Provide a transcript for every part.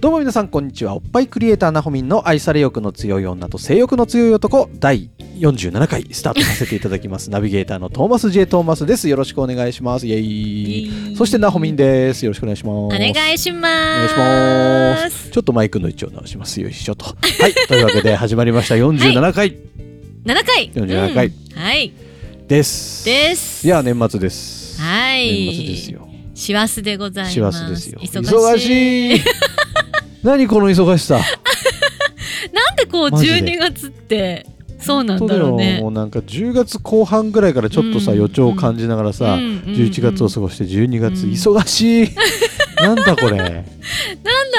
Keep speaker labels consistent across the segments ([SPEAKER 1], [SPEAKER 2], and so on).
[SPEAKER 1] どうも皆さんこんにちはおっぱいクリエイターなほみんの愛され欲の強い女と性欲の強い男第47回スタートさせていただきますナビゲーターのトーマス J トーマスですよろしくお願いしますイエイそしてなほみんですよろしくお願いしますお
[SPEAKER 2] お願いします。
[SPEAKER 1] 願いしますちょっとマイクの位置を直しますよいしょと はいというわけで始まりました47回
[SPEAKER 2] 七回。
[SPEAKER 1] 47回
[SPEAKER 2] うんはい。
[SPEAKER 1] です、
[SPEAKER 2] です。
[SPEAKER 1] いや年末です
[SPEAKER 2] はい
[SPEAKER 1] 年末ですよ
[SPEAKER 2] 師走でございます。
[SPEAKER 1] 師走ですよ
[SPEAKER 2] 忙しい。
[SPEAKER 1] 忙しい何この忙しさ
[SPEAKER 2] なんでこう
[SPEAKER 1] マジで
[SPEAKER 2] 十二月ってそうなんだろう
[SPEAKER 1] 本当よ
[SPEAKER 2] ね
[SPEAKER 1] も。うなんか10月後半ぐらいからちょっとさ、
[SPEAKER 2] うん
[SPEAKER 1] 予兆を感じながらさ、11
[SPEAKER 2] 11
[SPEAKER 1] 月を過ごして12月、
[SPEAKER 2] うん
[SPEAKER 1] 忙し いなんだこれ
[SPEAKER 2] なんだ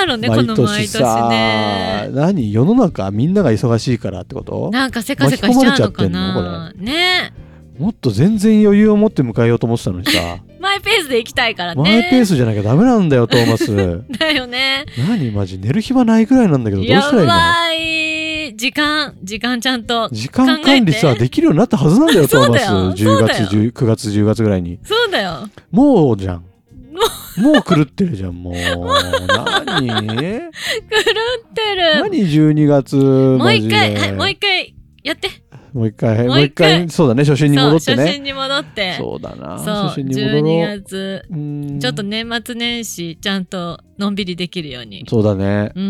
[SPEAKER 2] ろうねこ
[SPEAKER 1] 毎
[SPEAKER 2] の
[SPEAKER 1] 年
[SPEAKER 2] 毎年
[SPEAKER 1] さ、
[SPEAKER 2] ね。
[SPEAKER 1] 何世の中みんなが忙しいからってこと
[SPEAKER 2] なんかせかせかしちゃうのかな。ね。
[SPEAKER 1] もっと全然余裕を持って迎えようと思ってたのに さ、
[SPEAKER 2] マイペースで行きたいからね。
[SPEAKER 1] マイペースじゃなきゃダメなんだよトーマ ス
[SPEAKER 2] だよね。
[SPEAKER 1] 何マジ寝る暇ないぐらいなんだけどどう
[SPEAKER 2] や
[SPEAKER 1] したらいいの
[SPEAKER 2] ばい時間時間ちゃんと。
[SPEAKER 1] 時間管理
[SPEAKER 2] 考
[SPEAKER 1] さ
[SPEAKER 2] えて
[SPEAKER 1] できるようになったはずなんだよトーマス
[SPEAKER 2] そう
[SPEAKER 1] 10
[SPEAKER 2] だ
[SPEAKER 1] 月
[SPEAKER 2] よ
[SPEAKER 1] 10 9月10月ぐらいに
[SPEAKER 2] そうだよ。
[SPEAKER 1] もうじゃん。もう狂ってるじゃん、もう。何何
[SPEAKER 2] 狂ってる。
[SPEAKER 1] 12月
[SPEAKER 2] も
[SPEAKER 1] マ
[SPEAKER 2] う
[SPEAKER 1] ジ
[SPEAKER 2] 一
[SPEAKER 1] で
[SPEAKER 2] 回はいもう一回やって。
[SPEAKER 1] もう一回。も
[SPEAKER 2] もう
[SPEAKER 1] う
[SPEAKER 2] 一
[SPEAKER 1] 一
[SPEAKER 2] 回
[SPEAKER 1] 回。そうだね、初心に戻って
[SPEAKER 2] そう初
[SPEAKER 1] ね。
[SPEAKER 2] 心に戻って
[SPEAKER 1] そうだな。
[SPEAKER 2] そう
[SPEAKER 1] 初心に戻ろう
[SPEAKER 2] 12月
[SPEAKER 1] うーん。
[SPEAKER 2] ちょっと年末年始ちゃんとのんびりできるように
[SPEAKER 1] そうだね。
[SPEAKER 2] うんう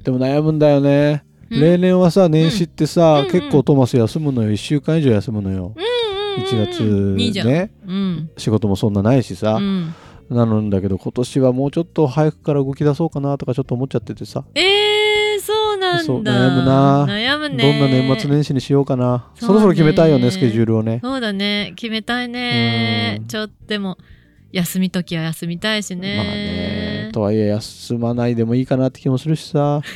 [SPEAKER 2] ん
[SPEAKER 1] でも悩むんだよね。
[SPEAKER 2] うん
[SPEAKER 1] 例年はさ、年始ってさ
[SPEAKER 2] う、ん
[SPEAKER 1] 結構トーマス休むのよ。1週間以上休むのよ。
[SPEAKER 2] うんうんうん
[SPEAKER 1] 1
[SPEAKER 2] いい
[SPEAKER 1] 月
[SPEAKER 2] じゃん
[SPEAKER 1] ね。
[SPEAKER 2] うん
[SPEAKER 1] 仕事もそんなないしさ
[SPEAKER 2] う。ん
[SPEAKER 1] なのんだけど、今年はもうちょっと早くから動き出そうかなとかちょっと思っちゃっててさ。
[SPEAKER 2] えー、そうなんだ
[SPEAKER 1] そう悩むな
[SPEAKER 2] 悩む
[SPEAKER 1] どん
[SPEAKER 2] ね
[SPEAKER 1] な年末年始にしようかな。
[SPEAKER 2] そうね
[SPEAKER 1] そろそろ決めたいよね、スケジュールをね。
[SPEAKER 2] そうだね決めたいね
[SPEAKER 1] うん
[SPEAKER 2] ちょっとでも休み時は休みたいしね,、
[SPEAKER 1] まあね。とはいえ、休まないでもいいかなって気もするしさ。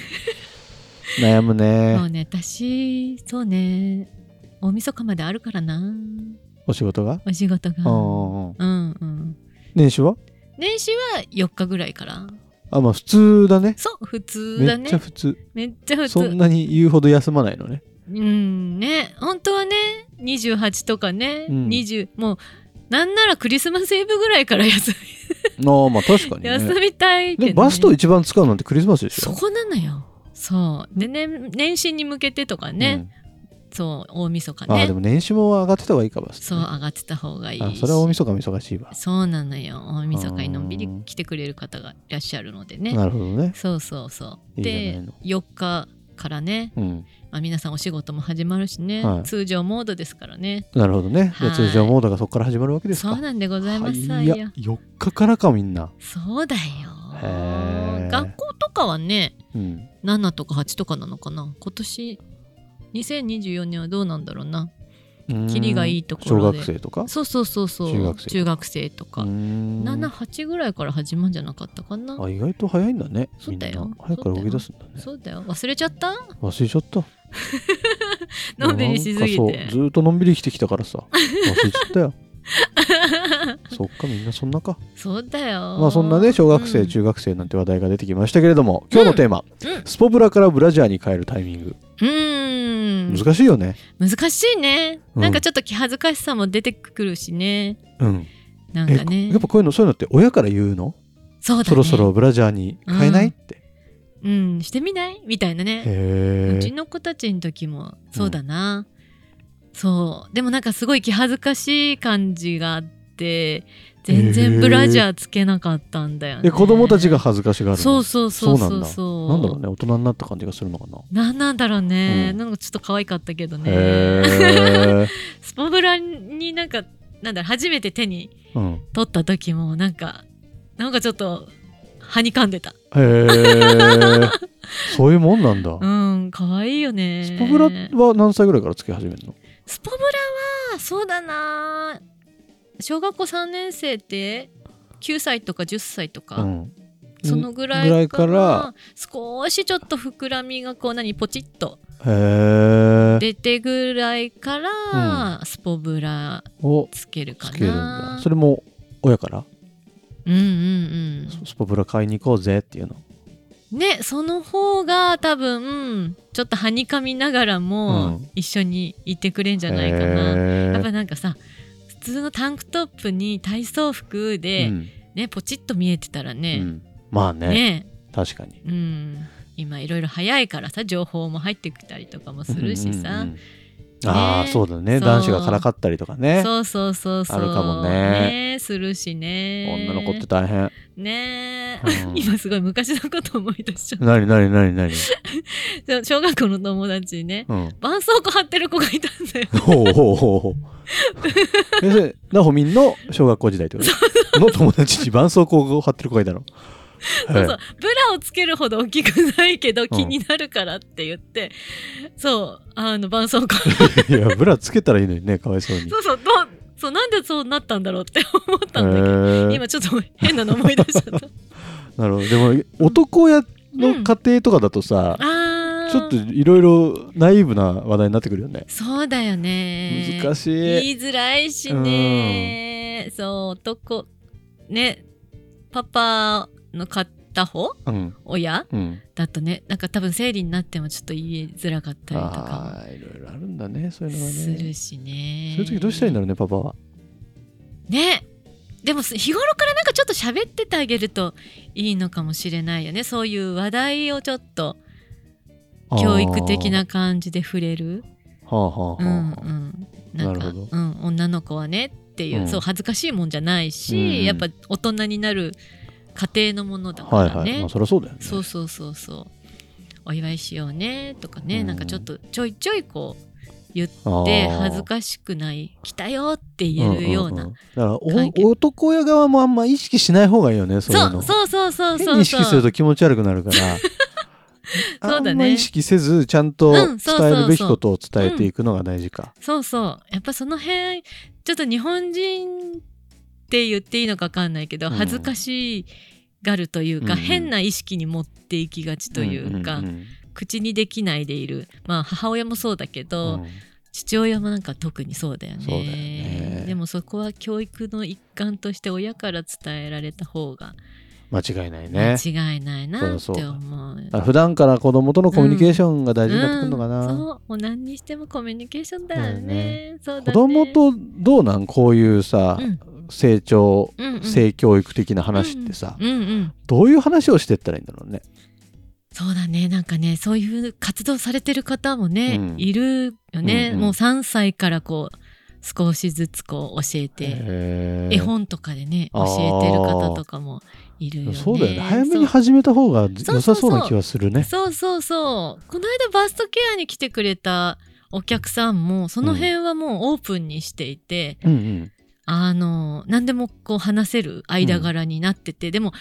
[SPEAKER 1] 悩む
[SPEAKER 2] そ
[SPEAKER 1] ね。
[SPEAKER 2] うね私そうね大晦日まであるからな
[SPEAKER 1] お仕事が。
[SPEAKER 2] お仕事が
[SPEAKER 1] うんうんうん
[SPEAKER 2] うんうん
[SPEAKER 1] 年始は
[SPEAKER 2] 年始は4日ぐらいから
[SPEAKER 1] あ、まあ普通だね。
[SPEAKER 2] そう普通
[SPEAKER 1] め
[SPEAKER 2] だ
[SPEAKER 1] っ
[SPEAKER 2] ね
[SPEAKER 1] ちゃ普通。
[SPEAKER 2] めっちゃ普通
[SPEAKER 1] そんなに言うほど休まない のね。
[SPEAKER 2] うんね本当はね28とかね、
[SPEAKER 1] うん
[SPEAKER 2] 20もうなんならクリスマスイブぐらい から休
[SPEAKER 1] ああ、まあ確かにね。
[SPEAKER 2] み,、休みたいけど、
[SPEAKER 1] で
[SPEAKER 2] ね、
[SPEAKER 1] もバスト一番使うのってクリスマスでし
[SPEAKER 2] そ
[SPEAKER 1] ょ。
[SPEAKER 2] こなのよそうで、ね、年始に向けてとかね、そう大晦日
[SPEAKER 1] うん。ああ、で
[SPEAKER 2] ね
[SPEAKER 1] も年始も上がってた方がいいかバス
[SPEAKER 2] そう
[SPEAKER 1] トね。
[SPEAKER 2] 上がってた方がいい
[SPEAKER 1] あ、
[SPEAKER 2] し
[SPEAKER 1] それは大晦日も忙しいわ。
[SPEAKER 2] そうなのよ大晦日にのんびり来てくれる方がいらっしゃるのでね
[SPEAKER 1] なるほどね。
[SPEAKER 2] そうそうそう
[SPEAKER 1] いいじゃない
[SPEAKER 2] で
[SPEAKER 1] の
[SPEAKER 2] 4日からね
[SPEAKER 1] うん。
[SPEAKER 2] まあ、皆さんお仕事も始まるしね、
[SPEAKER 1] はい
[SPEAKER 2] 通常モードですからね
[SPEAKER 1] なるほどね。じゃあ
[SPEAKER 2] はい
[SPEAKER 1] 通常モードがそこから始まるわけですか。
[SPEAKER 2] そうなんでございます
[SPEAKER 1] はい
[SPEAKER 2] よ
[SPEAKER 1] や4日からかみんな、
[SPEAKER 2] そうだよ
[SPEAKER 1] へー
[SPEAKER 2] 学校とかはね
[SPEAKER 1] うん、
[SPEAKER 2] 7とか8とかなのかな今年2024年はどうなんだろうなキリがいいところ
[SPEAKER 1] 小
[SPEAKER 2] で
[SPEAKER 1] 学生とか
[SPEAKER 2] そうそうそうそう
[SPEAKER 1] 中学生
[SPEAKER 2] 生とか、
[SPEAKER 1] うーん
[SPEAKER 2] 78ぐらいから始まるんじゃなかったかな
[SPEAKER 1] あ意外と早いんだね
[SPEAKER 2] そうだ
[SPEAKER 1] み
[SPEAKER 2] よ
[SPEAKER 1] んな早くから動き出すんだね
[SPEAKER 2] そうだよ忘れちゃった
[SPEAKER 1] 忘れちゃった
[SPEAKER 2] のんびりしすぎ
[SPEAKER 1] なんか
[SPEAKER 2] て
[SPEAKER 1] そうずっとのんびり生きてきたから さ忘れちゃったよそっかみんなそんなか
[SPEAKER 2] そうだよ
[SPEAKER 1] まあそんなね小学生、
[SPEAKER 2] うん
[SPEAKER 1] 中学生なんて話題が出てきましたけれども今日のテーマ、
[SPEAKER 2] うん
[SPEAKER 1] スポブラからブラジャーに変えるタイミング、
[SPEAKER 2] うん
[SPEAKER 1] 難しいよね
[SPEAKER 2] 難しいね、
[SPEAKER 1] うん
[SPEAKER 2] なんかちょっと気恥ずかしさも出てくるしね
[SPEAKER 1] うん
[SPEAKER 2] なん
[SPEAKER 1] え
[SPEAKER 2] かね
[SPEAKER 1] やっぱこういうのそういうのって親から言うの、
[SPEAKER 2] そうだね
[SPEAKER 1] そろそろブラジャーに変えない、
[SPEAKER 2] うん
[SPEAKER 1] って
[SPEAKER 2] うんしてみないみたいなね
[SPEAKER 1] へ
[SPEAKER 2] う
[SPEAKER 1] え
[SPEAKER 2] ちの子たちの時もそうだな、そうでもなんかすごい気恥ずかしい感じがあって全然ブラジャーつけなかったんだよね、
[SPEAKER 1] で子供たちが恥ずかしがるの
[SPEAKER 2] そうそうそう
[SPEAKER 1] そ
[SPEAKER 2] そう
[SPEAKER 1] なん
[SPEAKER 2] う
[SPEAKER 1] だ
[SPEAKER 2] そう
[SPEAKER 1] なんだろうね大人になった感じがするのかな
[SPEAKER 2] なんなんだろうね、
[SPEAKER 1] うん
[SPEAKER 2] なんかちょっと可愛かったけどね
[SPEAKER 1] へえ、
[SPEAKER 2] スポブラになんかなんだろう初めて手に
[SPEAKER 1] うん、へ
[SPEAKER 2] 撮った時もなんかなんかちょっとはにかんでた
[SPEAKER 1] えそういうもんなんだ、
[SPEAKER 2] うん可愛いよね
[SPEAKER 1] スポブラは何歳ぐらいからつけ始めるの
[SPEAKER 2] スポブラはそうだな小学校3年生って9歳とか10歳とか、
[SPEAKER 1] うん、
[SPEAKER 2] そのぐらいから
[SPEAKER 1] ぐら
[SPEAKER 2] 少しちょっと膨らみがこう何ポチッと
[SPEAKER 1] いからへえ
[SPEAKER 2] 出てぐらいから、スポブラ
[SPEAKER 1] を
[SPEAKER 2] つけるか
[SPEAKER 1] つけるんだ
[SPEAKER 2] な
[SPEAKER 1] それも親から
[SPEAKER 2] うんうん
[SPEAKER 1] スポブラ買いに行こうぜっていうの
[SPEAKER 2] うんねその方が多分ちょっとはにかみながらも
[SPEAKER 1] うん
[SPEAKER 2] 一緒にいてくれんじゃないかな、やっぱなんかさ普通のタンクトップに体操服で、
[SPEAKER 1] うん
[SPEAKER 2] ねポチッと見えてたら
[SPEAKER 1] う
[SPEAKER 2] ね、
[SPEAKER 1] んまあね
[SPEAKER 2] ね
[SPEAKER 1] 確かに
[SPEAKER 2] うん今いろいろ早いからさ情報も入ってきたりとかもする
[SPEAKER 1] う
[SPEAKER 2] しさ、
[SPEAKER 1] んうんうんああ
[SPEAKER 2] ね
[SPEAKER 1] そうだね
[SPEAKER 2] そう
[SPEAKER 1] 男子がからかったりとかね
[SPEAKER 2] そうそうそうそう
[SPEAKER 1] あるかもね
[SPEAKER 2] ねするしね
[SPEAKER 1] 女の子って大変
[SPEAKER 2] ね、
[SPEAKER 1] うん
[SPEAKER 2] 今すごい昔のこと思い出しちゃ
[SPEAKER 1] なになになに なに
[SPEAKER 2] う小学校の友達にね
[SPEAKER 1] うん
[SPEAKER 2] 絆創膏貼ってる子がいたんだよ
[SPEAKER 1] ほうほうほう ほうえそれなほみんの小学校時代ってことの友達に絆創膏を貼ってる子がいたの
[SPEAKER 2] そうそう
[SPEAKER 1] はい
[SPEAKER 2] ブラをつけるほど大きくないけど気になるからって言って、そうあの絆創膏
[SPEAKER 1] い やブラつけたらいいのにねかわいそうに
[SPEAKER 2] そうそうどうそうなんでそうなったんだろうって思ったんだけど、
[SPEAKER 1] えー
[SPEAKER 2] 今ちょっと変なの思い出しちゃった
[SPEAKER 1] なるほどでも男やの家庭とかだとさ、
[SPEAKER 2] あー
[SPEAKER 1] ちょっといろいろナイーブな話題になってくるよね、
[SPEAKER 2] そうだよね
[SPEAKER 1] 難しい
[SPEAKER 2] 言いづらいしね、そう男ねパパの買った方
[SPEAKER 1] うん
[SPEAKER 2] 親
[SPEAKER 1] うん
[SPEAKER 2] だとねなんか多分生理になってもちょっと言いづらかったりとか
[SPEAKER 1] ああいろいろあるんだねそう
[SPEAKER 2] も
[SPEAKER 1] いうのがね
[SPEAKER 2] するしね
[SPEAKER 1] そういう時どうしたらいいんだろうねパパは
[SPEAKER 2] ねでも日頃からなんかちょっと喋っててあげるといいのかもしれないよねそういう話題をちょっと教育的な感じで触れる
[SPEAKER 1] あーはあはあはあ、
[SPEAKER 2] うんうん、な
[SPEAKER 1] な
[SPEAKER 2] んか
[SPEAKER 1] るほど
[SPEAKER 2] うん、女の子はねっていう、
[SPEAKER 1] うん
[SPEAKER 2] そう恥ずかしいもんじゃないし、
[SPEAKER 1] うん
[SPEAKER 2] やっぱ大人になる家庭のものだか
[SPEAKER 1] はい
[SPEAKER 2] ら
[SPEAKER 1] はい、
[SPEAKER 2] ね、
[SPEAKER 1] まあそりゃそうだよね
[SPEAKER 2] そうそうそうそうお祝いしようねとかね、
[SPEAKER 1] うん
[SPEAKER 2] なんかちょっとちょいちょいこ
[SPEAKER 1] あ
[SPEAKER 2] う
[SPEAKER 1] ー
[SPEAKER 2] で恥ずかしくない来たよって言えるような、
[SPEAKER 1] んんんだから
[SPEAKER 2] 関係
[SPEAKER 1] お男親側もあんま意識しない方がいいよねそういう
[SPEAKER 2] そう
[SPEAKER 1] の
[SPEAKER 2] そうそうそう
[SPEAKER 1] 変
[SPEAKER 2] そ
[SPEAKER 1] に
[SPEAKER 2] う
[SPEAKER 1] 意識すると気持ち悪くなる から
[SPEAKER 2] そうだね
[SPEAKER 1] あんま意識せずちゃんと
[SPEAKER 2] う
[SPEAKER 1] 伝
[SPEAKER 2] んそうそうそう
[SPEAKER 1] えるべきことを伝えていくのが大事か、
[SPEAKER 2] そうそうやっぱその辺ちょっと日本人って言っていいのか分かんないけど、
[SPEAKER 1] うん
[SPEAKER 2] 恥ずかしがるというか、
[SPEAKER 1] うんうん
[SPEAKER 2] 変な意識に持っていきがちというか、
[SPEAKER 1] んんん
[SPEAKER 2] 口にできないでいるまあ母親もそうだけど、
[SPEAKER 1] うん
[SPEAKER 2] 父親もなんか特にそうだよね
[SPEAKER 1] そうだよね
[SPEAKER 2] でもそこは教育の一環として親から伝えられた方が
[SPEAKER 1] 間違いない
[SPEAKER 2] 間
[SPEAKER 1] ね
[SPEAKER 2] 違いないなって
[SPEAKER 1] そうだそうだ
[SPEAKER 2] 思う。
[SPEAKER 1] だから普段から子供とのコミュニケーションが大事になってくるのかな、
[SPEAKER 2] うんそうもう何にしてもコミュニケーションだよね。そうだね
[SPEAKER 1] 子供とどうなんこういうさ、
[SPEAKER 2] うん
[SPEAKER 1] 成長
[SPEAKER 2] うんうん
[SPEAKER 1] 性教育的な話ってさ、
[SPEAKER 2] うんうん、
[SPEAKER 1] どういう話をしてったらいいんだろうね。
[SPEAKER 2] そうだねなんかねそういう活動されてる方もね、
[SPEAKER 1] うん
[SPEAKER 2] いるよね、
[SPEAKER 1] うんうん
[SPEAKER 2] もう3歳からこう少しずつこう教えて、
[SPEAKER 1] へー
[SPEAKER 2] 絵本とかでね教
[SPEAKER 1] あー
[SPEAKER 2] えてる方とかもいるよね
[SPEAKER 1] そうだよね。早めに
[SPEAKER 2] そう
[SPEAKER 1] 始めた方が
[SPEAKER 2] そう
[SPEAKER 1] 良さそうな気はするね。
[SPEAKER 2] そうそうそうこの間バストケアに来てくれたお客さんもその辺はもうオープンにしていて、
[SPEAKER 1] うんうん。
[SPEAKER 2] あの何でもこう話せる間柄になってて、でも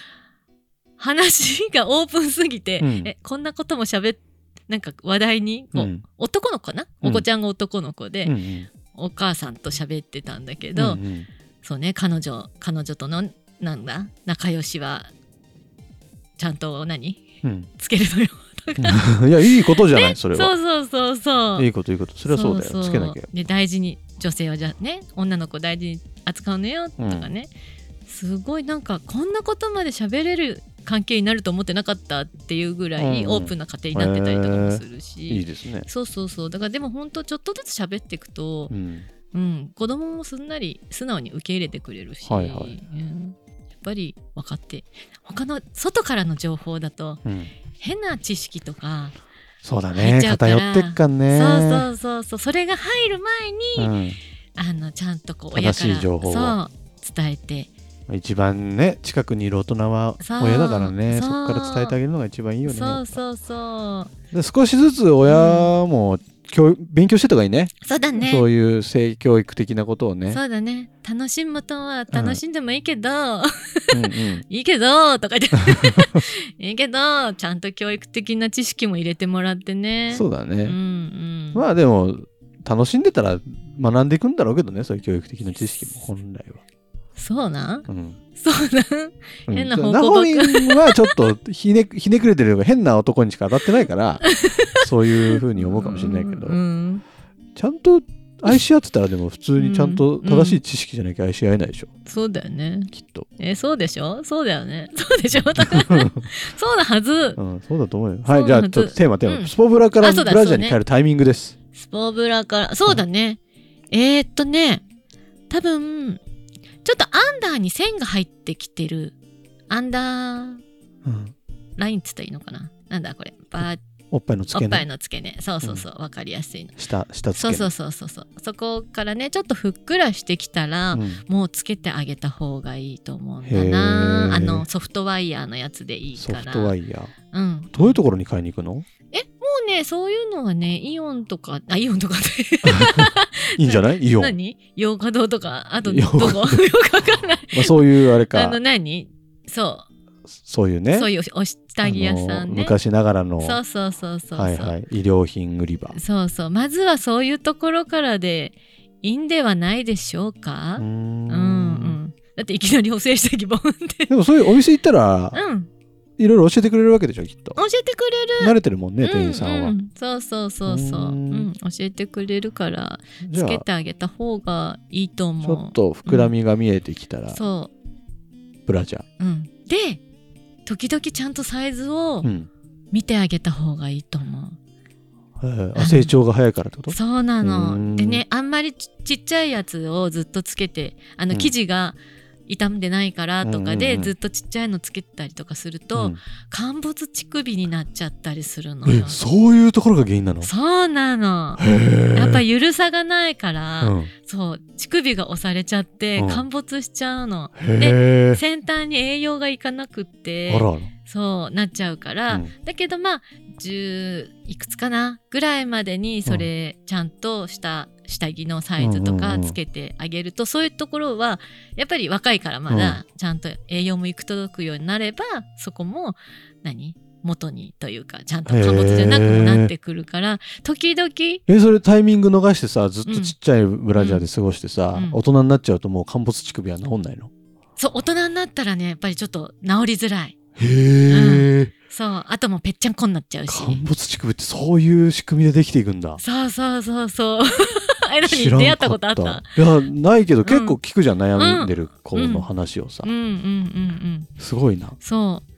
[SPEAKER 2] 話がオープンすぎて、
[SPEAKER 1] うん
[SPEAKER 2] えこんなことも喋っなんか話題に
[SPEAKER 1] う
[SPEAKER 2] こう、
[SPEAKER 1] ん
[SPEAKER 2] 男の子かな、
[SPEAKER 1] うん
[SPEAKER 2] お子ちゃんが男の子で、
[SPEAKER 1] うんうん
[SPEAKER 2] お母さんと喋ってたんだけど、
[SPEAKER 1] うんうん
[SPEAKER 2] そうね彼女彼女とのなんだ仲良しはちゃんと何
[SPEAKER 1] うん
[SPEAKER 2] つけるのよとか
[SPEAKER 1] うんいやいいことじゃ ないそれ
[SPEAKER 2] そ
[SPEAKER 1] は。
[SPEAKER 2] うそうそうそう
[SPEAKER 1] いいこといいことそれはそうだよつけなきゃ。
[SPEAKER 2] で大事に女性はじゃあね女の子大事に扱うのよとかね、すごいなんかこんなことまで喋れる関係になると思ってなかったっていうぐらい
[SPEAKER 1] うんうん
[SPEAKER 2] オープンな家庭になってたりとかもするし、
[SPEAKER 1] いいですね。
[SPEAKER 2] そうそうそうだからでも本当ちょっとずつ喋っていくと
[SPEAKER 1] う、ん
[SPEAKER 2] うん、子供もすんなり素直に受け入れてくれるし、
[SPEAKER 1] はいはい
[SPEAKER 2] うんやっぱり分かって他の外からの情報だと
[SPEAKER 1] うん。
[SPEAKER 2] 変な知識とか、
[SPEAKER 1] そうだ
[SPEAKER 2] 入
[SPEAKER 1] ね
[SPEAKER 2] っちゃうから
[SPEAKER 1] 偏ってっかんね。
[SPEAKER 2] そうそうそうそうそれが入る前
[SPEAKER 1] うん
[SPEAKER 2] に、あのちゃんとこう
[SPEAKER 1] 正
[SPEAKER 2] 親
[SPEAKER 1] し
[SPEAKER 2] か
[SPEAKER 1] い
[SPEAKER 2] ら
[SPEAKER 1] 情報を
[SPEAKER 2] そう伝えて
[SPEAKER 1] 一番ね近くにいる大人は
[SPEAKER 2] そう
[SPEAKER 1] 親だからねそ
[SPEAKER 2] そう
[SPEAKER 1] こから伝えてあげるのが一番いいよね。
[SPEAKER 2] そうそうそう
[SPEAKER 1] で少しずつ親も教育勉強してた方がいいね。
[SPEAKER 2] そうだね
[SPEAKER 1] そういう性教育的なことをね。
[SPEAKER 2] そうだね楽しむとは楽しんでもいいけど、
[SPEAKER 1] う んうん
[SPEAKER 2] いいけどとか言って いいけどちゃんと教育的な知識も入れてもらってね
[SPEAKER 1] そううだ
[SPEAKER 2] ん
[SPEAKER 1] ね。
[SPEAKER 2] うん
[SPEAKER 1] まあでも楽しんでたら学んでいくんだろうけどねそういう教育的な知識も本来は。
[SPEAKER 2] そうなん
[SPEAKER 1] うん
[SPEAKER 2] そうなん
[SPEAKER 1] うん
[SPEAKER 2] 変な報告
[SPEAKER 1] ナホミンはちょっとひねひねく れてるのが変な男にしか当たってないから そういうふうに思うかもしれないけど、
[SPEAKER 2] うんうん
[SPEAKER 1] ちゃんと愛し合ってたらでも普通にちゃんと正しい知識じゃなきゃ愛し合えないでしょ、
[SPEAKER 2] そうだよね
[SPEAKER 1] きっと、
[SPEAKER 2] えそうでしょそうだよねそう でしょそうなはず
[SPEAKER 1] うん、そうだと思うよ
[SPEAKER 2] そ
[SPEAKER 1] は
[SPEAKER 2] うないん
[SPEAKER 1] じ
[SPEAKER 2] だ
[SPEAKER 1] ゃあちょっとテーマテーマ、
[SPEAKER 2] うん
[SPEAKER 1] スポブラから
[SPEAKER 2] あ
[SPEAKER 1] ブ
[SPEAKER 2] そうだ
[SPEAKER 1] ラジャーに変えるタイミングです、
[SPEAKER 2] スポブラからそうだねえー、っとね多分ちょっとアンダーに線が入ってきてるアンダー
[SPEAKER 1] うん、
[SPEAKER 2] ラインっつったらいいのかななんだこれバー
[SPEAKER 1] おっぱいの付
[SPEAKER 2] お
[SPEAKER 1] け
[SPEAKER 2] っぱい
[SPEAKER 1] 根
[SPEAKER 2] の付け根そうそうそうわかりやすいの
[SPEAKER 1] 下下付け
[SPEAKER 2] そう
[SPEAKER 1] 根
[SPEAKER 2] そうそうそうそうそこからねちょっとふっくらしてきたら、
[SPEAKER 1] うん
[SPEAKER 2] もうつけてあげた方がいいと思うんだ
[SPEAKER 1] へー
[SPEAKER 2] なあのソフトワイヤーのやつでいい
[SPEAKER 1] ソ
[SPEAKER 2] から
[SPEAKER 1] フトワイヤー
[SPEAKER 2] うん、も
[SPEAKER 1] どういうところに買いに行くの
[SPEAKER 2] うねそういうのはねイオンとかあイオンとかね
[SPEAKER 1] いいんじゃないイオン、ま
[SPEAKER 2] 何洋華堂とかあと
[SPEAKER 1] 洋
[SPEAKER 2] ど
[SPEAKER 1] 華
[SPEAKER 2] こ
[SPEAKER 1] 堂
[SPEAKER 2] よくわかんない
[SPEAKER 1] あ、そういうあれ
[SPEAKER 2] あ
[SPEAKER 1] か
[SPEAKER 2] の何そ
[SPEAKER 1] そういう
[SPEAKER 2] う、
[SPEAKER 1] ね
[SPEAKER 2] そういうお下着屋さ
[SPEAKER 1] あの
[SPEAKER 2] んね
[SPEAKER 1] 昔ながらの
[SPEAKER 2] そうそうそうそうそう、
[SPEAKER 1] はいはい衣料品売り場
[SPEAKER 2] そうそうまずはそういうところからでいいんではないでしょうか、
[SPEAKER 1] うー
[SPEAKER 2] うんんうん、だっていきなり補正して疑問って。
[SPEAKER 1] でもそういうお店行ったら
[SPEAKER 2] うん、
[SPEAKER 1] いろいろ教えてくれるわけでしょきっと
[SPEAKER 2] 教えてくれる。
[SPEAKER 1] 慣れてるもんね店員さん
[SPEAKER 2] う
[SPEAKER 1] は
[SPEAKER 2] うそうそうそうそう。
[SPEAKER 1] う
[SPEAKER 2] うんん、教えてくれるから
[SPEAKER 1] じ
[SPEAKER 2] つ
[SPEAKER 1] ゃあ
[SPEAKER 2] け
[SPEAKER 1] ち
[SPEAKER 2] てあげた方がいいと思う。
[SPEAKER 1] ょっと膨らみが見えてきたら
[SPEAKER 2] そ
[SPEAKER 1] ブラジャー
[SPEAKER 2] う。うん。で、時々ちゃんとサイズを
[SPEAKER 1] うん
[SPEAKER 2] 見てあげた方がいいと思
[SPEAKER 1] へえあ成長が早いからってこ
[SPEAKER 2] う。
[SPEAKER 1] と
[SPEAKER 2] そうな
[SPEAKER 1] うん
[SPEAKER 2] の。でね、あんまりちちっちゃいやつをずっとつけて、
[SPEAKER 1] う
[SPEAKER 2] あの
[SPEAKER 1] ん
[SPEAKER 2] 生地が傷んでないからとか
[SPEAKER 1] うんう
[SPEAKER 2] で
[SPEAKER 1] んうん
[SPEAKER 2] ずっとちっちゃいのつけてたりとかする
[SPEAKER 1] う
[SPEAKER 2] と
[SPEAKER 1] ん
[SPEAKER 2] 陥没乳首になっちゃったりするの
[SPEAKER 1] え
[SPEAKER 2] よ。
[SPEAKER 1] そういうところが原因なの
[SPEAKER 2] そうなの。やっぱゆるさがないから、そう乳首が押されちゃって
[SPEAKER 1] うん
[SPEAKER 2] 陥没しちゃうの、
[SPEAKER 1] へえ
[SPEAKER 2] 先端に栄養がいかなくって
[SPEAKER 1] あらあ
[SPEAKER 2] そうなっちゃうから、
[SPEAKER 1] らうん
[SPEAKER 2] だけどまあ10いくつかなぐらいまでにそれちゃんとした下着のサイズと
[SPEAKER 1] うんう
[SPEAKER 2] か
[SPEAKER 1] んうん
[SPEAKER 2] つけてあげると、そういうところはやっぱり若いからまだちゃんと栄養も行く届くようになればそこも何元にというかちゃんと貨物じゃなくもなってくるから時々
[SPEAKER 1] えそれタイミング逃してさずっとちっちゃいブラジャーで過ごしてさ、
[SPEAKER 2] うん
[SPEAKER 1] 大人になっちゃうともう陥没乳首は治んないの
[SPEAKER 2] そう大人になったらねやっぱりちょっと治りづらい
[SPEAKER 1] へえ
[SPEAKER 2] そうあともうぺっちゃんこになっちゃうし
[SPEAKER 1] 陥没乳首ってそういう仕組みでできていくんだ
[SPEAKER 2] そうそうそうそう あれ何
[SPEAKER 1] 知らん
[SPEAKER 2] 出会ったことあった
[SPEAKER 1] かたいやないけど結構聞くじゃん、悩んでる子
[SPEAKER 2] うん
[SPEAKER 1] の話をさ、
[SPEAKER 2] うんうんうんうん
[SPEAKER 1] すごいな
[SPEAKER 2] そう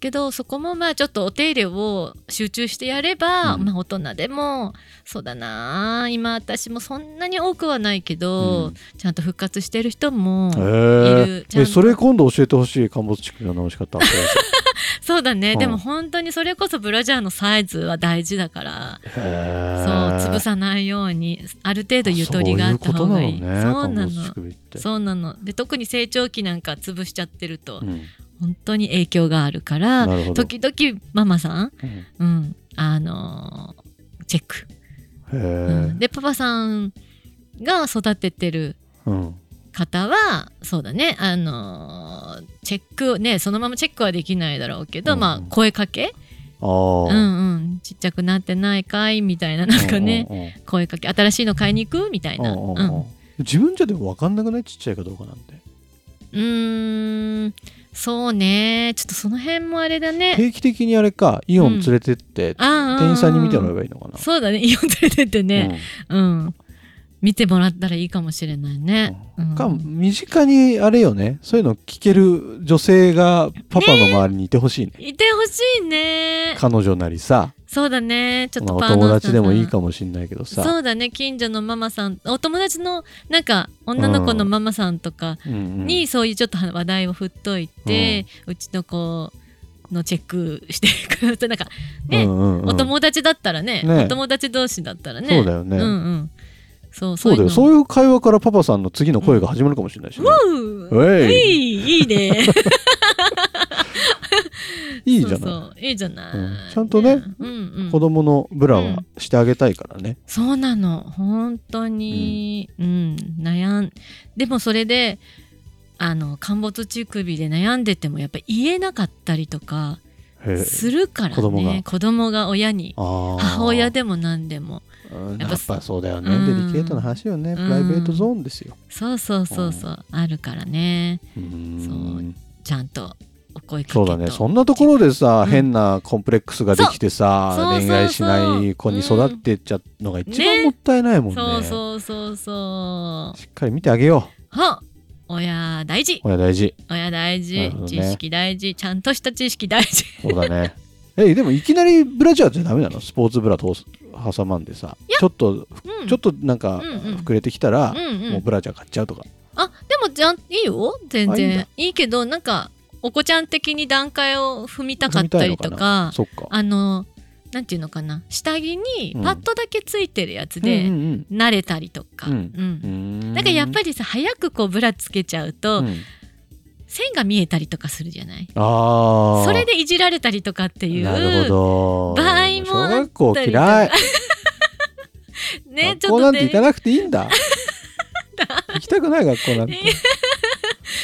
[SPEAKER 2] けどそこもまあちょっとお手入れを集中してやれば、
[SPEAKER 1] うん
[SPEAKER 2] まあ大人でもそうだなあ今私もそんなに多くはないけど、
[SPEAKER 1] うん
[SPEAKER 2] ちゃんと復活してる人も
[SPEAKER 1] へ
[SPEAKER 2] い
[SPEAKER 1] え
[SPEAKER 2] るちゃん
[SPEAKER 1] え
[SPEAKER 2] と
[SPEAKER 1] それ今度教えてほしい陥没乳首の直し方へ
[SPEAKER 2] そうだね、
[SPEAKER 1] うん
[SPEAKER 2] でも本当にそれこそブラジャーのサイズは大事だからそう
[SPEAKER 1] え
[SPEAKER 2] 潰さないようにある程度ゆとりがあった方がいい
[SPEAKER 1] そういうことなのね
[SPEAKER 2] な
[SPEAKER 1] 陥没
[SPEAKER 2] の
[SPEAKER 1] 乳首って
[SPEAKER 2] そうなので特に成長期なんか潰しちゃってると、
[SPEAKER 1] うん
[SPEAKER 2] 本当に影響があるから
[SPEAKER 1] なるほど、
[SPEAKER 2] 時々ママさん、
[SPEAKER 1] うんへ
[SPEAKER 2] うんあのーチェック、うん
[SPEAKER 1] え
[SPEAKER 2] でパパさんが育ててる
[SPEAKER 1] うん
[SPEAKER 2] 方はそうだねあのーチェックをねそのままチェックはできないだろうけど、
[SPEAKER 1] うん
[SPEAKER 2] まあ声かけ、
[SPEAKER 1] あ
[SPEAKER 2] う
[SPEAKER 1] ー
[SPEAKER 2] んうん、ちっちゃくなってないかいみたいななんかね、
[SPEAKER 1] うんうんうん
[SPEAKER 2] 声かけ新しいの買いに行くみたいな、
[SPEAKER 1] うんうん
[SPEAKER 2] う
[SPEAKER 1] うん
[SPEAKER 2] ん
[SPEAKER 1] 自分じゃでも分かんなくないちっちゃいかどうかなんて
[SPEAKER 2] うーんそうねちょっとその辺もあれだね
[SPEAKER 1] 定期的にあれかイオン連れてって、
[SPEAKER 2] 店
[SPEAKER 1] 店員さんに見てもらえばいいのかな、
[SPEAKER 2] そうだねイオン連れてってねうん、見てもらったらいいかもしれないね、う
[SPEAKER 1] うん
[SPEAKER 2] ん
[SPEAKER 1] か身近にあれよねそういうの聞ける女性がパパの周りにいてほしいね
[SPEAKER 2] いてほしいね
[SPEAKER 1] 彼女なりさ、
[SPEAKER 2] そうだねちょっ
[SPEAKER 1] まあ、
[SPEAKER 2] と
[SPEAKER 1] お
[SPEAKER 2] パー
[SPEAKER 1] 友
[SPEAKER 2] ノーさん
[SPEAKER 1] 達でもいいかもしれないけどさ
[SPEAKER 2] そうだね近所のママさんお友達のなんか女の子のママさんとか
[SPEAKER 1] うんうん
[SPEAKER 2] にそういうちょっと話題を振っといて、うちの子のチェックしてくれてなんかね、
[SPEAKER 1] うんうんうん
[SPEAKER 2] お友達だったらね
[SPEAKER 1] ね
[SPEAKER 2] お友達同士だったらね
[SPEAKER 1] そうだよね、
[SPEAKER 2] うんうんそう
[SPEAKER 1] そうだよ
[SPEAKER 2] う
[SPEAKER 1] そういう会話からパパさんの次の声が始まるかもしれないしね、
[SPEAKER 2] いうの
[SPEAKER 1] うえ
[SPEAKER 2] う
[SPEAKER 1] い
[SPEAKER 2] いいいね
[SPEAKER 1] いいじゃない
[SPEAKER 2] そうそういいじゃない、
[SPEAKER 1] うんちゃんとね
[SPEAKER 2] うんうん
[SPEAKER 1] 子供のブラはしてあげたいからね、
[SPEAKER 2] そうなの本当に、うん悩んでもそれであの陥没乳首で悩んでてもやっぱ言えなかったりとか
[SPEAKER 1] へえ
[SPEAKER 2] するからね
[SPEAKER 1] 子
[SPEAKER 2] 子
[SPEAKER 1] 供
[SPEAKER 2] 供
[SPEAKER 1] が
[SPEAKER 2] が親に母
[SPEAKER 1] 母
[SPEAKER 2] 親でも何でも
[SPEAKER 1] うんや
[SPEAKER 2] や
[SPEAKER 1] っ
[SPEAKER 2] っぱ
[SPEAKER 1] ぱそうだよね、
[SPEAKER 2] うん
[SPEAKER 1] デリケートな話よね
[SPEAKER 2] ん
[SPEAKER 1] プライベートゾーンですよ、
[SPEAKER 2] そうそうそうそうあるからね
[SPEAKER 1] うん
[SPEAKER 2] ちゃんとお声かけ
[SPEAKER 1] そ
[SPEAKER 2] と
[SPEAKER 1] うだねそんなところでさ、
[SPEAKER 2] うん
[SPEAKER 1] 変なコンプレックスができてさ
[SPEAKER 2] そうそうそう
[SPEAKER 1] 恋愛しない子に育ってっちゃうのが一番もったいないもんね
[SPEAKER 2] そうそうそうそう
[SPEAKER 1] しっかり見てあげよ
[SPEAKER 2] は親大事
[SPEAKER 1] う親大事
[SPEAKER 2] 親
[SPEAKER 1] な
[SPEAKER 2] 大
[SPEAKER 1] る
[SPEAKER 2] 事、
[SPEAKER 1] ほどね
[SPEAKER 2] 知識大事ちゃんとした知識 大事
[SPEAKER 1] そうだ ねえでもいきなりブラジャーじゃダメなのスポーツブラ通す挟まんでさちょっと
[SPEAKER 2] うん
[SPEAKER 1] ちょっとなんか
[SPEAKER 2] うんうん
[SPEAKER 1] 膨れてきたら、
[SPEAKER 2] うんうん
[SPEAKER 1] もうブラジャー買っちゃうとか
[SPEAKER 2] あでもじゃんいいよ全
[SPEAKER 1] あいいんだ
[SPEAKER 2] 然いいけどなんかお子ちゃん的に段階を踏みたかったりと
[SPEAKER 1] 踏みたいの
[SPEAKER 2] か
[SPEAKER 1] かそっか
[SPEAKER 2] あのなんていうのかな下着にパッドだけついてるやつで、
[SPEAKER 1] うんうん
[SPEAKER 2] 慣れたりと
[SPEAKER 1] う
[SPEAKER 2] か、
[SPEAKER 1] ん
[SPEAKER 2] うん
[SPEAKER 1] うん
[SPEAKER 2] なんかやっぱりさ早くこうブラつけちゃうと、
[SPEAKER 1] うん
[SPEAKER 2] 線が見えたりとかするじゃない
[SPEAKER 1] ああ
[SPEAKER 2] それでいじられたりとかっていう
[SPEAKER 1] なるほど
[SPEAKER 2] 場合もあった
[SPEAKER 1] 小
[SPEAKER 2] りとか
[SPEAKER 1] 学校嫌い
[SPEAKER 2] ねち
[SPEAKER 1] 学
[SPEAKER 2] ょ
[SPEAKER 1] 校
[SPEAKER 2] っ
[SPEAKER 1] な
[SPEAKER 2] と
[SPEAKER 1] んて
[SPEAKER 2] デ
[SPEAKER 1] 行か
[SPEAKER 2] リ
[SPEAKER 1] なくていいん だ行きたくない学校なんて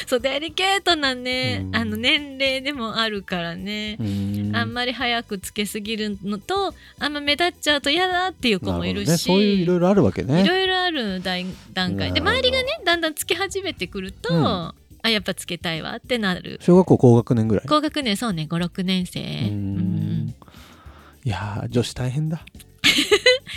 [SPEAKER 2] そうデリケートなね、
[SPEAKER 1] うん
[SPEAKER 2] あの年齢でもあるからね、
[SPEAKER 1] うん
[SPEAKER 2] あんまり早くつけすぎるのとあんま目立っちゃうと嫌だっていう子もいるし
[SPEAKER 1] なほどね、そういういろいろあるわけね
[SPEAKER 2] いろいろある段段階で
[SPEAKER 1] なるほど
[SPEAKER 2] 周りがねだんだんつけ始めてくると、
[SPEAKER 1] うん
[SPEAKER 2] あやっぱつけたいわってなる
[SPEAKER 1] 小学校高学年ぐらい
[SPEAKER 2] 高学年そうね56年生
[SPEAKER 1] う
[SPEAKER 2] うんん
[SPEAKER 1] いやー女子大 変だ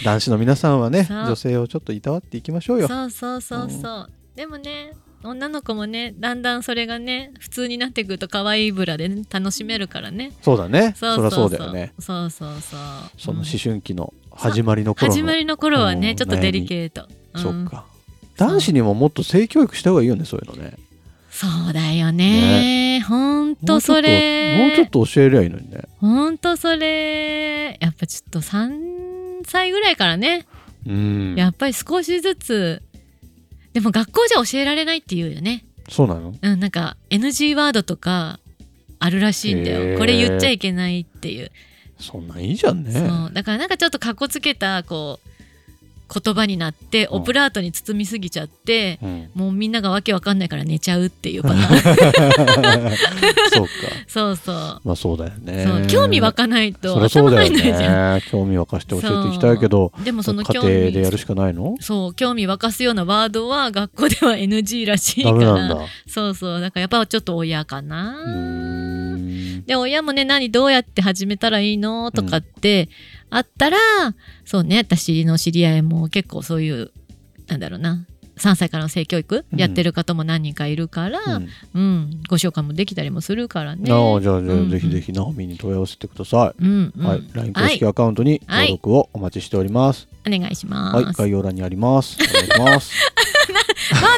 [SPEAKER 1] 男子の皆さんはね
[SPEAKER 2] そう
[SPEAKER 1] 女性をちょっといたわっていきましょうよ
[SPEAKER 2] そうそうそうそう、でもね女の子もねだんだんそれがね普通になってくると可愛いブラで、ね、楽しめるからね
[SPEAKER 1] そうだね
[SPEAKER 2] そ
[SPEAKER 1] り
[SPEAKER 2] うそう
[SPEAKER 1] ゃ
[SPEAKER 2] そ
[SPEAKER 1] そううだよね
[SPEAKER 2] そうそうそう
[SPEAKER 1] その
[SPEAKER 2] うん
[SPEAKER 1] 思春期の始まりの頃の
[SPEAKER 2] 始まりの頃は
[SPEAKER 1] う
[SPEAKER 2] ね
[SPEAKER 1] ん
[SPEAKER 2] ちょっとデリケート、うん
[SPEAKER 1] そっか男子にももっと性教育した方がいいよねそういうのね
[SPEAKER 2] そうだよねほん
[SPEAKER 1] も
[SPEAKER 2] と
[SPEAKER 1] うちょっ
[SPEAKER 2] それ
[SPEAKER 1] もうちょっと教えりゃいいのにね
[SPEAKER 2] ほんとそれやっぱちょっと3歳ぐらいからね、
[SPEAKER 1] うん
[SPEAKER 2] やっぱり少しずつでも学校じゃ教えられないっていうよね
[SPEAKER 1] そうなの
[SPEAKER 2] うんなんか NG ワードとかあるらしいんだ
[SPEAKER 1] へー
[SPEAKER 2] よこれ言っちゃいけないっていう,、
[SPEAKER 1] そんなんいいじゃんね
[SPEAKER 2] そうだからなんかちょっとかっこつけたこう言葉になって
[SPEAKER 1] うん
[SPEAKER 2] オブラートに包みすぎちゃって、
[SPEAKER 1] うん、
[SPEAKER 2] もうみんながわけわかんないから寝ちゃうっていうパターン
[SPEAKER 1] そうか
[SPEAKER 2] そうそう
[SPEAKER 1] まあそうだよね
[SPEAKER 2] そう興味湧かない
[SPEAKER 1] そ
[SPEAKER 2] と
[SPEAKER 1] りゃそう
[SPEAKER 2] 頭
[SPEAKER 1] だ
[SPEAKER 2] 入
[SPEAKER 1] よ
[SPEAKER 2] んないじゃん
[SPEAKER 1] ね興味沸かして教えていきたいけど
[SPEAKER 2] でもその
[SPEAKER 1] 家
[SPEAKER 2] 興
[SPEAKER 1] 庭
[SPEAKER 2] 味
[SPEAKER 1] でやるしかないの
[SPEAKER 2] そう興味沸かすようなワードは学校では NG らしいか
[SPEAKER 1] ダメなん
[SPEAKER 2] ら
[SPEAKER 1] だ
[SPEAKER 2] そうそうだからやっぱちょっと親か
[SPEAKER 1] う
[SPEAKER 2] な
[SPEAKER 1] ーん
[SPEAKER 2] で親もね何どうやって始めたらいいのとかってあったら、そうね私の知り合いも結構そういうなんだろうな3歳からの性教育
[SPEAKER 1] うん
[SPEAKER 2] やってる方も何人かいるから、うんご紹介もできたりもするからね。
[SPEAKER 1] ああじゃあじゃ
[SPEAKER 2] う
[SPEAKER 1] あ
[SPEAKER 2] ん
[SPEAKER 1] ぜひぜひナオミに問い合わせてください
[SPEAKER 2] うんうん
[SPEAKER 1] はい LINE 公式アカウントに登録をお待ちしております
[SPEAKER 2] お願いしま
[SPEAKER 1] はい
[SPEAKER 2] す。
[SPEAKER 1] 概要欄にありますお願いします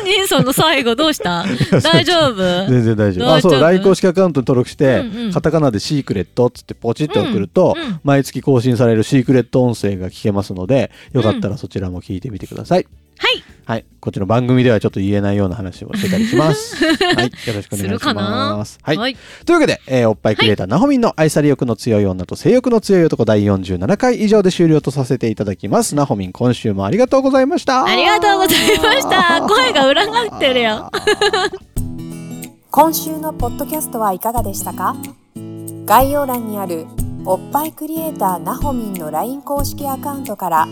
[SPEAKER 2] 何その最後どうした 大丈夫
[SPEAKER 1] 全然大丈夫あ
[SPEAKER 2] 大丈夫
[SPEAKER 1] そう LINE 公式アカウントに登録して
[SPEAKER 2] うんうん
[SPEAKER 1] カタカナでシークレットっつってポチって送ると
[SPEAKER 2] うんうん
[SPEAKER 1] 毎月更新されるシークレット音声が聞けますのでよかったらそちらも聞いてみてください
[SPEAKER 2] はい
[SPEAKER 1] はいこっちの番組ではちょっと言えないような話をしてたりします はいよろしくお
[SPEAKER 2] す
[SPEAKER 1] 願
[SPEAKER 2] る
[SPEAKER 1] いし
[SPEAKER 2] か
[SPEAKER 1] ま
[SPEAKER 2] な
[SPEAKER 1] すはい
[SPEAKER 2] はい
[SPEAKER 1] というわけで、えーおっぱいクリエイター、ナホミンの愛され欲の強い女と性欲の強い男第47回以上で終了とさせていただきます。ナホミン、今週もありがとうございました。
[SPEAKER 2] ありがとうござい ました。声が裏返ってるよ。
[SPEAKER 3] 今週のポッドキャストはいかがでしたか概要欄にあるおっぱいクリエイターなほみんの LINE 公式アカウントから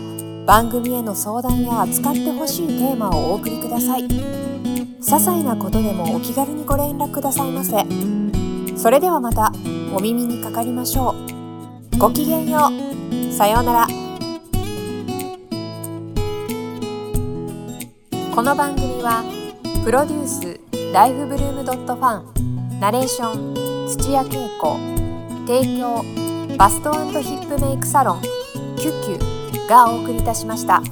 [SPEAKER 3] 番組への相談や扱ってほしいテーマをお送りください些細なことでもお気軽にご連絡くださいませそれではまたお耳にかかりましょうごきげんようさようならこの番組は「プロデュースライフブルームドットファンナレーション土屋恵子提供バストヒップメイクサロン「キュッキュ」がお送りいたしました。